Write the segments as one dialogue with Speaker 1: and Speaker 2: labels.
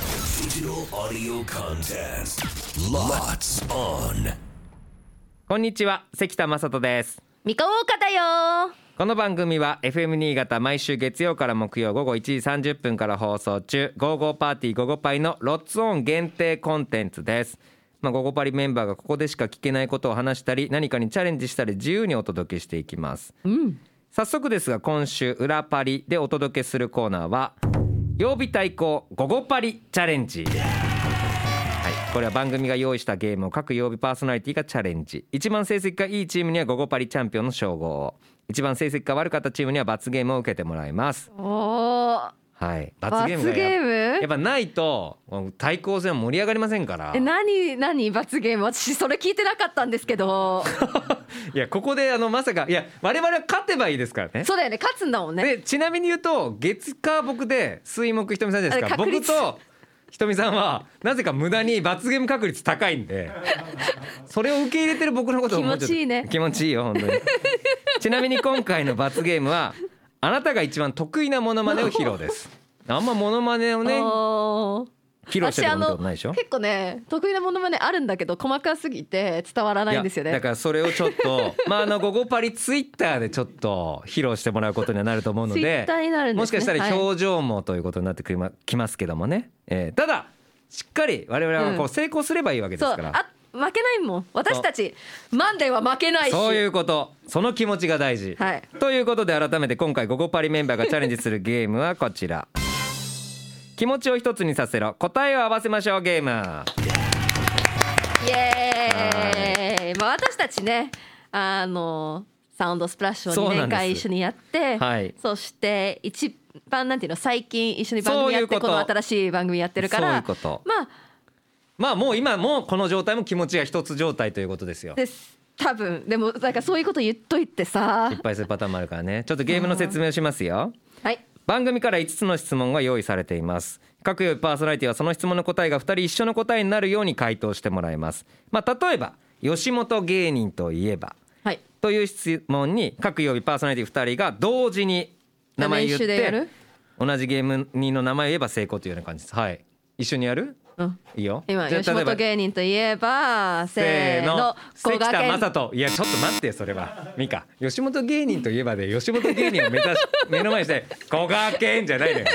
Speaker 1: Digital audio contest. Lots on.
Speaker 2: こんにちは関田正人です
Speaker 3: 三河岡だよ
Speaker 2: この番組は FM 新潟毎週月曜から木曜午後1時30分から放送中「ゴーゴーパーティーゴゴパイ」のロッツオン限定コンテンツですまあ、ゴゴパリメンバーがここでしか聞けないことを話したり何かにチャレンジしたり自由にお届けしていきます、早速ですが今週「裏パリ」でお届けするコーナーは「曜日対抗ゴゴパリチャレンジ」はい、これは番組が用意したゲームを各曜日パーソナリティがチャレンジ一番成績がいいチームには「ゴゴパリチャンピオン」の称号を一番成績が悪かったチームには罰ゲームを受けてもらいます
Speaker 3: おー
Speaker 2: はい罰
Speaker 3: 罰
Speaker 2: ゲ
Speaker 3: ゲ
Speaker 2: ー
Speaker 3: ー
Speaker 2: ム
Speaker 3: ム
Speaker 2: がややっぱないともう対抗戦は盛り上がりませんから
Speaker 3: え何何罰ゲーム私それ聞いてなかったんですけど
Speaker 2: いやここであのまさかいや我々は勝てばいいですからね
Speaker 3: そうだよね勝つんだもんね
Speaker 2: でちなみに言うと月火僕で水木ひとみさんじゃないですか
Speaker 3: あ
Speaker 2: 僕
Speaker 3: れ確率
Speaker 2: とひとみさんはなぜか無駄に罰ゲーム確率高いん でそれを受け入れてる僕のことをもうょっと
Speaker 3: 気持ちいいね
Speaker 2: 気持ちいいよ本当 にちなみに今回の罰ゲームはあなたが一番得意なモノマネを披露 ですあんまモノマネをね
Speaker 3: おー
Speaker 2: 披露して
Speaker 3: 私
Speaker 2: る
Speaker 3: あ
Speaker 2: こと
Speaker 3: の
Speaker 2: ないでしょ
Speaker 3: 結構ね得意なものまねあるんだけど細かすぎて伝わらないんですよ
Speaker 2: いや
Speaker 3: ね
Speaker 2: だからそれをちょっ とまああの「ゴゴパリ」ツイッターでちょっと披露してもらうことにはなると思うので
Speaker 3: Twitter になるんですね
Speaker 2: もしかしたら
Speaker 3: はい
Speaker 2: 表情もということになってくりまきますけどもね、えーただしっかり我々はこ
Speaker 3: う
Speaker 2: うん成功すればいいわけで
Speaker 3: そ
Speaker 2: す
Speaker 3: う
Speaker 2: から、
Speaker 3: あ負けないもん私たちマンデーは負けないし
Speaker 2: そういうことその気持ちが大事、
Speaker 3: はい
Speaker 2: ということで改めて今回「ゴゴパリ」メンバーがチャレンジするゲームはこちら「気持ちを一つにさせろ答えを合わせましょうゲーム」
Speaker 3: イエーイ、まあ、私たちねあのサウンドスプラッシュを
Speaker 2: そう
Speaker 3: 2
Speaker 2: なん
Speaker 3: 年
Speaker 2: です
Speaker 3: 間一緒にやってそ,、
Speaker 2: はい
Speaker 3: して一番なんていうの最近一緒に番組
Speaker 2: そ
Speaker 3: や
Speaker 2: うい
Speaker 3: っ
Speaker 2: うこ
Speaker 3: て
Speaker 2: と
Speaker 3: この新しい番組やってるか
Speaker 2: そういう
Speaker 3: ら
Speaker 2: こと
Speaker 3: ま
Speaker 2: まあもう今もうこの状態も気持ちが一つ状態ということですよ
Speaker 3: あです多分でもなんかそういうこと言っといてさ
Speaker 2: 失敗するパターンもあるからねちょっとゲームの説明をしますよ
Speaker 3: はい
Speaker 2: 番組から5つの質問が用意されています各曜日パーソナリティはその質問の答えが2人一緒の答えになるように回答してもらいますまあ例えば吉本芸人といえば
Speaker 3: はい
Speaker 2: という質問に各曜日パーソナリティ2人が同時に名前言っ
Speaker 3: 一緒でや
Speaker 2: て
Speaker 3: る
Speaker 2: 同じ芸人の名前を言えば成功というような感じですはい一緒にやる
Speaker 3: うん
Speaker 2: いいよ
Speaker 3: 今
Speaker 2: じゃあ
Speaker 3: 吉
Speaker 2: 例えば
Speaker 3: 本芸人といえば
Speaker 2: せー
Speaker 3: せー
Speaker 2: の
Speaker 3: の
Speaker 2: 関
Speaker 3: 賀
Speaker 2: 田
Speaker 3: 健
Speaker 2: 正人いやちょっと待ってよそれはミカ吉本芸人といえばで吉本芸人を目指し 目の前にして古賀健じゃないのよ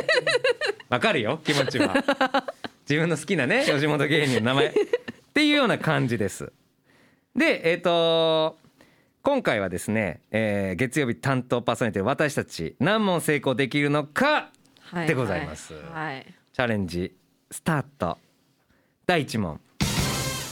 Speaker 2: わかるよ気持ちは自分の好きなね吉本芸人の名前っていうような感じですでえっ、と今回はですね、えー月曜日担当パーソナリティの私たち何問成功できるのか
Speaker 3: はい
Speaker 2: でございます、
Speaker 3: はいはい
Speaker 2: チャレンジスタート第1問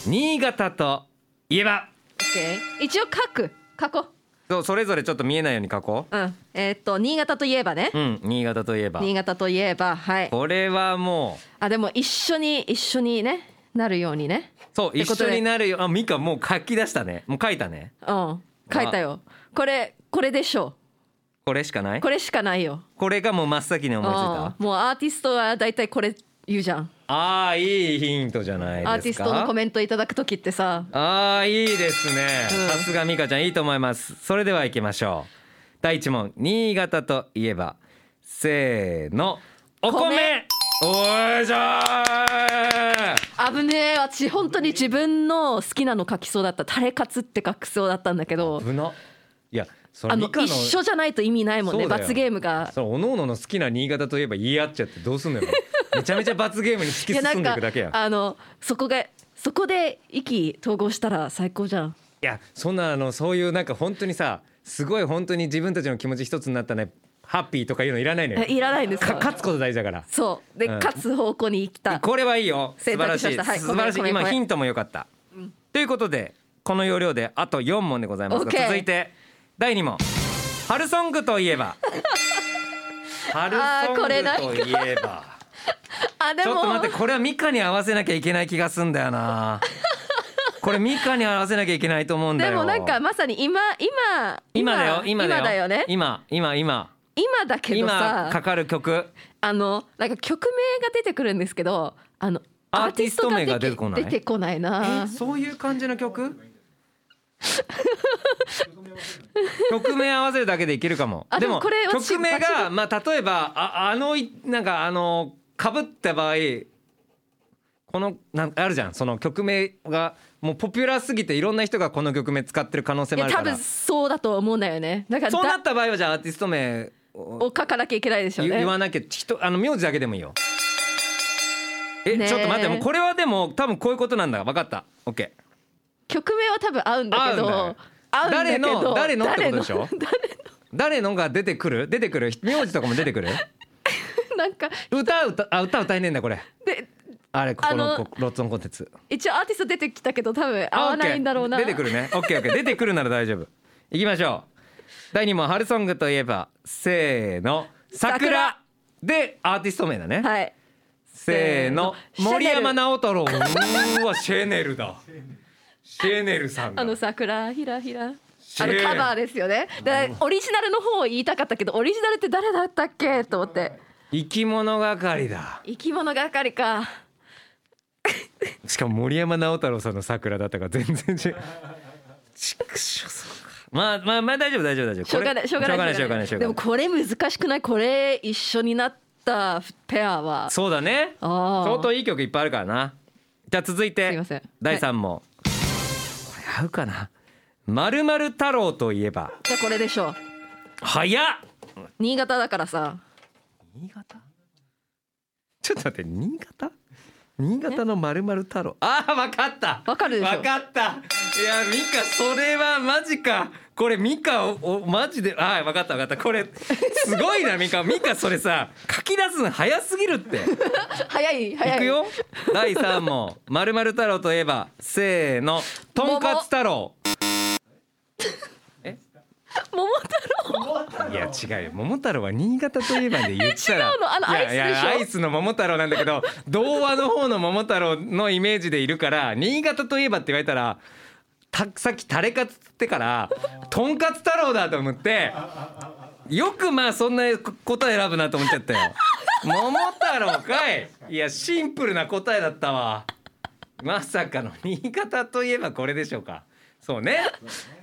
Speaker 2: 新潟といえば
Speaker 3: OK 一応書く書こ
Speaker 2: そうそれぞれちょっと見えないように書こ
Speaker 3: ううんえーっと新潟といえばね
Speaker 2: ううん新潟といえば
Speaker 3: 新潟といえばはい
Speaker 2: これはも
Speaker 3: あでも一緒に一緒にねなるようにね
Speaker 2: うそう
Speaker 3: て
Speaker 2: 一
Speaker 3: こと
Speaker 2: 緒
Speaker 3: で
Speaker 2: になるよあミカもう書き出したねもう書いたね
Speaker 3: うん書いたよこれこれでしょ
Speaker 2: これしかないう
Speaker 3: これしかないよ
Speaker 2: これがもう真っ先に思いついた
Speaker 3: うんもうアーティストは大体これ言うじゃん
Speaker 2: ああいいヒントじゃないですか
Speaker 3: アーティストのコメントいただく時ってさ
Speaker 2: ああいいですね、
Speaker 3: うん
Speaker 2: さすがミカちゃんいいと思いますそれでは行きましょう第一問新潟といえばせーのお米
Speaker 3: 米
Speaker 2: おいじゃー
Speaker 3: 危ねえ私本当に自分の好きなの書きそうだったタレカツって書きそうだったんだけど
Speaker 2: 危ないやそれ
Speaker 3: あの
Speaker 2: ミカの
Speaker 3: 一緒じゃないと意味ないもんね
Speaker 2: そうだよ
Speaker 3: 罰ゲームが
Speaker 2: そのおのおのの好きな新潟といえば言い合っちゃってどうす んのよめちゃめちゃ罰ゲームに突き
Speaker 3: いやな
Speaker 2: 進ん
Speaker 3: ん
Speaker 2: でい
Speaker 3: か
Speaker 2: くだけやいや
Speaker 3: あのそこがそこで意気統合したら最高じゃん
Speaker 2: そんなあのそういうなんか本当にさすごい本当に自分たちの気持ち一つになったねハッピーとかいうのいらないのよ
Speaker 3: えいらないんです
Speaker 2: か
Speaker 3: か
Speaker 2: 勝つこと大事だから
Speaker 3: そうで、
Speaker 2: うん
Speaker 3: 勝つ方向に行きた
Speaker 2: これはいいよ素晴
Speaker 3: 選
Speaker 2: ら
Speaker 3: 択
Speaker 2: しい
Speaker 3: しましたはい
Speaker 2: 素晴らし
Speaker 3: ご
Speaker 2: い
Speaker 3: めんご
Speaker 2: 今
Speaker 3: めんごめん
Speaker 2: ヒントも良かった、ということでこの要領であと4問でございますが
Speaker 3: OK
Speaker 2: 続いて第2問春ソングといえ ば春ソン
Speaker 3: あーこれなんか
Speaker 2: グといえば
Speaker 3: あで
Speaker 2: ちょ
Speaker 3: も
Speaker 2: っと待ってこれはミカに合わせなきゃいけない気がすんだよ なこれミカに合わせなきゃいけないと思うんだ
Speaker 3: で
Speaker 2: よ
Speaker 3: もなんかまさに今今
Speaker 2: 今だよ今だよ
Speaker 3: だよね今
Speaker 2: 今今今
Speaker 3: だけど
Speaker 2: 今か
Speaker 3: さ
Speaker 2: かる曲
Speaker 3: あのなんか曲名が出てくるんですけどあの
Speaker 2: アーティスト名が出てこない
Speaker 3: 出てこないな
Speaker 2: えそういう感じの曲曲名合わせるだけでいけるかも
Speaker 3: あ
Speaker 2: で
Speaker 3: で
Speaker 2: も
Speaker 3: もこれ私
Speaker 2: 曲名
Speaker 3: 私
Speaker 2: が
Speaker 3: が
Speaker 2: まあ例えばああのいなんかあのかぶった場合このなんあるじゃんその曲名がもうポピュラーすぎていろんな人がこの曲名使ってる可能性
Speaker 3: い
Speaker 2: もあ
Speaker 3: や
Speaker 2: るか
Speaker 3: 多
Speaker 2: ら
Speaker 3: 分そうだと思うんだよねだから
Speaker 2: そうなっ
Speaker 3: だ
Speaker 2: た場合はじゃあアーティスト名を
Speaker 3: を書かなきゃいけないでしょう
Speaker 2: 言
Speaker 3: ね
Speaker 2: 言わなきゃ人あの名字だけでもいいよえ、
Speaker 3: ねえ
Speaker 2: ちょっと待ってもうこれはでも多分こういうことなんだ分かった OK
Speaker 3: 曲名は多分合うんだけど
Speaker 2: 合うんだよ
Speaker 3: 合うんだ
Speaker 2: 誰
Speaker 3: けど
Speaker 2: の誰のってことでしょ
Speaker 3: 誰の
Speaker 2: 誰のが出てくる出てくる名字とかも出て くる
Speaker 3: 誰なんか
Speaker 2: 歌歌あ歌歌えねえんだこれ
Speaker 3: で
Speaker 2: あれここの
Speaker 3: あの
Speaker 2: こロッツオンコンテンツ
Speaker 3: 一応アーティスト出てきたけど多分
Speaker 2: あ
Speaker 3: 合わないんだろうな
Speaker 2: OK 出てくるね OKOK 出てくるなら大丈夫いきましょう第2問春ソングといえばせーの桜
Speaker 3: 桜
Speaker 2: でアーティスト名だね、
Speaker 3: はい
Speaker 2: せーの
Speaker 3: せーの
Speaker 2: 森
Speaker 3: シェネル
Speaker 2: 山直太 朗うーわシェネルだシェネルさんが
Speaker 3: あの桜ひらひらあの
Speaker 2: シェ
Speaker 3: カバーですよねだからオリジナルの方を言いたかったけどオリジナルって誰だったっけと思って
Speaker 2: 生き物係だ
Speaker 3: 生き物係か
Speaker 2: しかも森山直太朗さんの桜だったから全然違うちくしょそうかまあまあまあ大丈夫大丈夫大丈夫
Speaker 3: しょうがない
Speaker 2: これ
Speaker 3: しょうがない
Speaker 2: しょうがないしょう
Speaker 3: で
Speaker 2: がな
Speaker 3: も
Speaker 2: い
Speaker 3: これ難しくないこれ一緒になったペアは
Speaker 2: そうだね
Speaker 3: あー
Speaker 2: 相当いい曲いっぱいあるからなじゃあ続いて
Speaker 3: すいません
Speaker 2: 第3問、これ合うかなまるまる太郎といえば
Speaker 3: じゃあこれでしょう
Speaker 2: 早っ
Speaker 3: 新潟だからさ
Speaker 2: 新潟ちょっと待って新潟新潟のまるまる太郎ああわかった
Speaker 3: わかるでしょ
Speaker 2: わかったいやミカそれはマジかこれミカをおマジでああわかったわかったこれすご いなミカミカそれさ書き出すの早すぎるって
Speaker 3: 早い早い
Speaker 2: いくよ第三問まるまる太郎といえばせーのとんかつ太郎
Speaker 3: 桃太郎
Speaker 2: いや違うよ桃太郎は新潟といえばで言ったら
Speaker 3: 違うのあの
Speaker 2: いや
Speaker 3: アイスでしょ
Speaker 2: いやアイスの桃太郎なんだけど童話の方の桃太郎のイメージでいるから新潟といえばって言われたらたさっきタレカツってからとんかつ太郎だと思ってよくまあそんな答え選ぶなと思っちゃったよ桃太郎かいいやシンプルな答えだったわまさかの新潟といえばこれでしょうかそう ね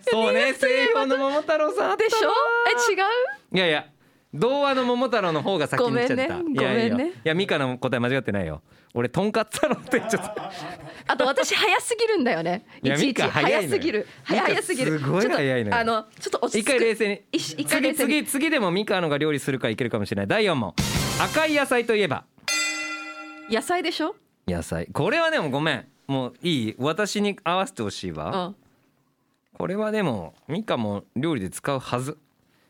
Speaker 2: そうね西洋の桃太郎さんあったな
Speaker 3: でしょえ違う
Speaker 2: いやいや童話の桃太郎の方が先に来ちゃった、
Speaker 3: ごめんね
Speaker 2: いやいや
Speaker 3: ごめん
Speaker 2: い
Speaker 3: ね
Speaker 2: やミカの答え間違ってないよ俺とんかつ太郎って言っちゃ った
Speaker 3: あと私早すぎるんだよね。
Speaker 2: い
Speaker 3: い
Speaker 2: や
Speaker 3: ち
Speaker 2: ミ
Speaker 3: いち
Speaker 2: カ早いのよ
Speaker 3: 早すぎる。
Speaker 2: ミカ
Speaker 3: 早早すぎる。
Speaker 2: すごい
Speaker 3: ちょっと
Speaker 2: 早いのよ
Speaker 3: あのちょっと落ち
Speaker 2: 一
Speaker 3: 着く。
Speaker 2: 回冷静に
Speaker 3: いし一回冷静に。
Speaker 2: 次次次でもミカのが料理するからいけるかもしれない第4問赤い野菜といえば
Speaker 3: 野菜でしょ。
Speaker 2: 野菜これはでもごめんもういい私に合わせてほしいうわ、
Speaker 3: ん。
Speaker 2: これはでもミカも料理で使うはず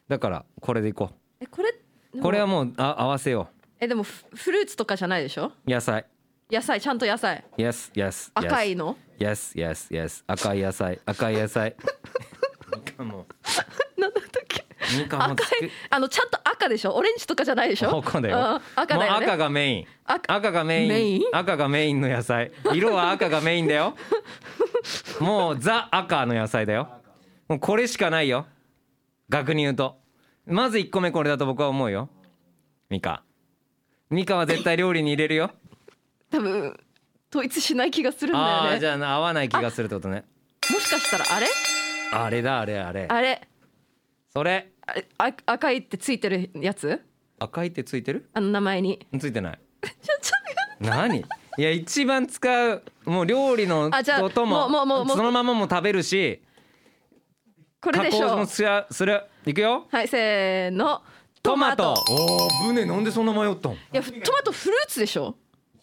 Speaker 2: だからこれでいこ
Speaker 3: えこれ
Speaker 2: うこれは
Speaker 3: もう
Speaker 2: もうあ合わせよ
Speaker 3: えでもフフルーツとかじゃないでしょ。
Speaker 2: う野菜
Speaker 3: 野菜ちゃんと野菜。
Speaker 2: Yes yes, yes
Speaker 3: 赤いの。
Speaker 2: Yes yes yes 赤い野菜赤い野 菜ミカも
Speaker 3: なんだったっけ。
Speaker 2: ミカも
Speaker 3: 赤い
Speaker 2: 作っ
Speaker 3: あのちゃんと赤でしょ。オレンジとかじゃないでしょ。
Speaker 2: 赤だ
Speaker 3: う
Speaker 2: よ
Speaker 3: ん。赤だよ
Speaker 2: もう赤
Speaker 3: ね。
Speaker 2: がメイン。
Speaker 3: 赤
Speaker 2: 赤がメイン。
Speaker 3: メイン
Speaker 2: 赤がメインの野菜。色は赤がメインだ よ。もうザ赤の野菜だよ。もうこれしかないよ。逆に言うと。まず1個目これだと僕は思うよ。ミカ。ミカは絶対料理に入れるよ。
Speaker 3: 多分統一しない気がするん
Speaker 2: あ
Speaker 3: だ
Speaker 2: あー、
Speaker 3: よ
Speaker 2: じ
Speaker 3: ね。
Speaker 2: ゃあ合わない気がするってことね。
Speaker 3: もしかしたらあれ
Speaker 2: あれだ、あれ、あれ。
Speaker 3: あれ
Speaker 2: それ、
Speaker 3: あれあ赤いってついてるやつ？
Speaker 2: 赤いってついてる
Speaker 3: あの名前に。
Speaker 2: ついてない。
Speaker 3: ちょちょっと。
Speaker 2: 何いや一番使うもう料理の
Speaker 3: あじゃあ
Speaker 2: 音も
Speaker 3: もうもうもう
Speaker 2: そのままも食べるし
Speaker 3: これ
Speaker 2: 加
Speaker 3: でし
Speaker 2: 工
Speaker 3: ょ
Speaker 2: も。するするいくよ
Speaker 3: はいせーの。
Speaker 2: トマトおおブネなんでそんな迷ったんい
Speaker 3: いやふトマトフルーツでしょ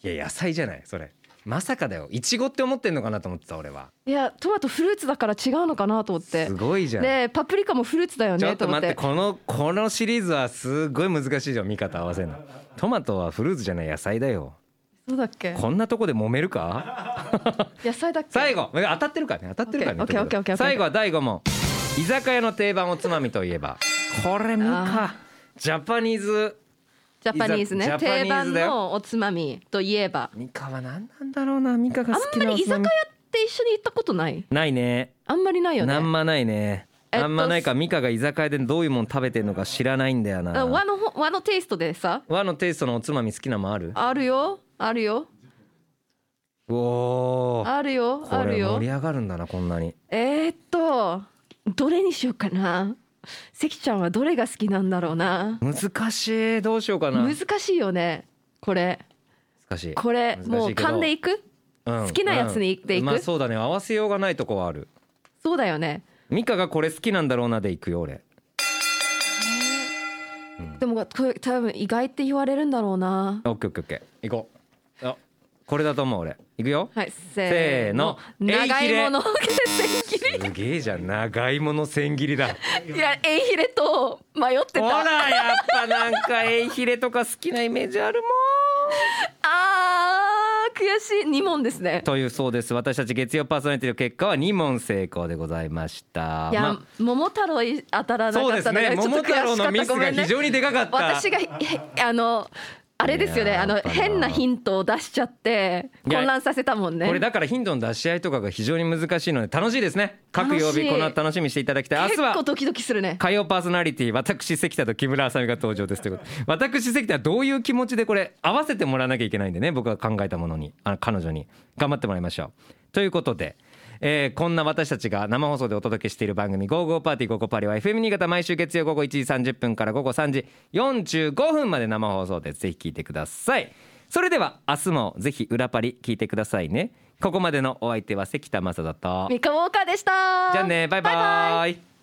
Speaker 2: や野菜じゃないそれまさかだよいちごって思ってんのかなと思ってた俺はい
Speaker 3: やトマトフルーツだから違うのかなと思って
Speaker 2: すごいじゃん
Speaker 3: でパプリカもフルーツだよ
Speaker 2: ちょっ
Speaker 3: ね
Speaker 2: と
Speaker 3: と思っ
Speaker 2: 待っててこのこのシリーズはすごい難しいじゃん見方合わせるのトマトはフルーツじゃない野菜だよ
Speaker 3: そうだっけ
Speaker 2: こんなとこで揉めるか
Speaker 3: 野菜だっけ
Speaker 2: 最後当たってるからね当たってるからね
Speaker 3: オッケーオッケーオッケーオッケー
Speaker 2: 最後は第5問居酒屋の定番おつまみといえばこれミカジャパニーズ
Speaker 3: ジャパニーズね
Speaker 2: ジャパニーズ
Speaker 3: 定番
Speaker 2: だよ
Speaker 3: のおつまみといえば
Speaker 2: ミカは何なんだろうなミカが
Speaker 3: あ
Speaker 2: 好き
Speaker 3: ん
Speaker 2: な
Speaker 3: ま
Speaker 2: お
Speaker 3: り居
Speaker 2: つ
Speaker 3: 酒
Speaker 2: ま
Speaker 3: 屋
Speaker 2: み
Speaker 3: って一緒に行ったことない
Speaker 2: ないね
Speaker 3: あんまりないよね
Speaker 2: なんまないね
Speaker 3: えっと
Speaker 2: あんまないかミカが居酒屋でどういうもん食べてるのか知らないんだよ
Speaker 3: あ
Speaker 2: な
Speaker 3: 和のほ和のテイストでさ
Speaker 2: 和のテイストのおつまみ好きなもんある
Speaker 3: あるよあるよ
Speaker 2: うおー
Speaker 3: あるよ
Speaker 2: こ
Speaker 3: ある
Speaker 2: れ盛
Speaker 3: よ
Speaker 2: り上がるんだなこんなに
Speaker 3: えー、っとどれにしようかな関ちゃんはどれが好きなんだろうな
Speaker 2: 難しいどうしようかな
Speaker 3: 難しいよねこれ
Speaker 2: 難しい
Speaker 3: これ
Speaker 2: 難しいけど
Speaker 3: もう勘でいく
Speaker 2: うん
Speaker 3: 好きなやつに行っていく
Speaker 2: まあそうだね合わせようがないとこはある
Speaker 3: そうだよね
Speaker 2: ミカがこれ好きなんだろうなで行くよ俺
Speaker 3: でもこれ多分意外って言われるんだろうな
Speaker 2: オッケーオッケーオッケー行こうあこれだと思う俺行くよ、
Speaker 3: はいせーの
Speaker 2: せーの
Speaker 3: 長いもの
Speaker 2: すげえじゃん長いもの千切り だ
Speaker 3: いやエイヒレと迷って
Speaker 2: ほ
Speaker 3: た
Speaker 2: らやっぱなんかエイヒレとか好きなイメージあるも
Speaker 3: あー悔しい二問ですね
Speaker 2: んというそうです私たち月曜パーソナリティの結果は2問成功でございました
Speaker 3: いや、
Speaker 2: ま
Speaker 3: 桃太郎当たら
Speaker 2: あ
Speaker 3: な
Speaker 2: そう
Speaker 3: か
Speaker 2: で
Speaker 3: った
Speaker 2: す
Speaker 3: のがち
Speaker 2: ね
Speaker 3: ょっと
Speaker 2: 桃
Speaker 3: 悔し
Speaker 2: 太
Speaker 3: か
Speaker 2: 郎
Speaker 3: っ
Speaker 2: の
Speaker 3: た
Speaker 2: ミス
Speaker 3: ごめ
Speaker 2: が
Speaker 3: んね
Speaker 2: 非常にでかかった
Speaker 3: 私がへあのあれです
Speaker 2: い
Speaker 3: よね
Speaker 2: やー
Speaker 3: あの
Speaker 2: やっぱな
Speaker 3: 変なヒントを出しちゃって
Speaker 2: いや
Speaker 3: 混乱させたもんね
Speaker 2: これだから頻度の出し合いとかが非常に難しいので楽しいですね各曜
Speaker 3: 楽し
Speaker 2: 日
Speaker 3: い
Speaker 2: この後楽しみにしていただきたい明
Speaker 3: 結
Speaker 2: 日は
Speaker 3: 構ドキドキするね
Speaker 2: 火曜パーソナリティ私関田と木村あさみが登場ですということで私関田はどういう気持ちでこれ合わせてもらわなきゃいけないんでね僕が考えたものにあの彼女に頑張ってもらいましょうということで、えーこんな私たちが生放送でお届けしている番組「55パーティー55パリ」は FM 新潟毎週月曜午後1時30分から午後3時45分まで生放送ですぜひ聞いてくださいそれでは明日もぜひ裏パリ聞いてくださいねここまでのお相手は関田正人と
Speaker 3: 三日ウォーカーでした
Speaker 2: じゃあねバイバイ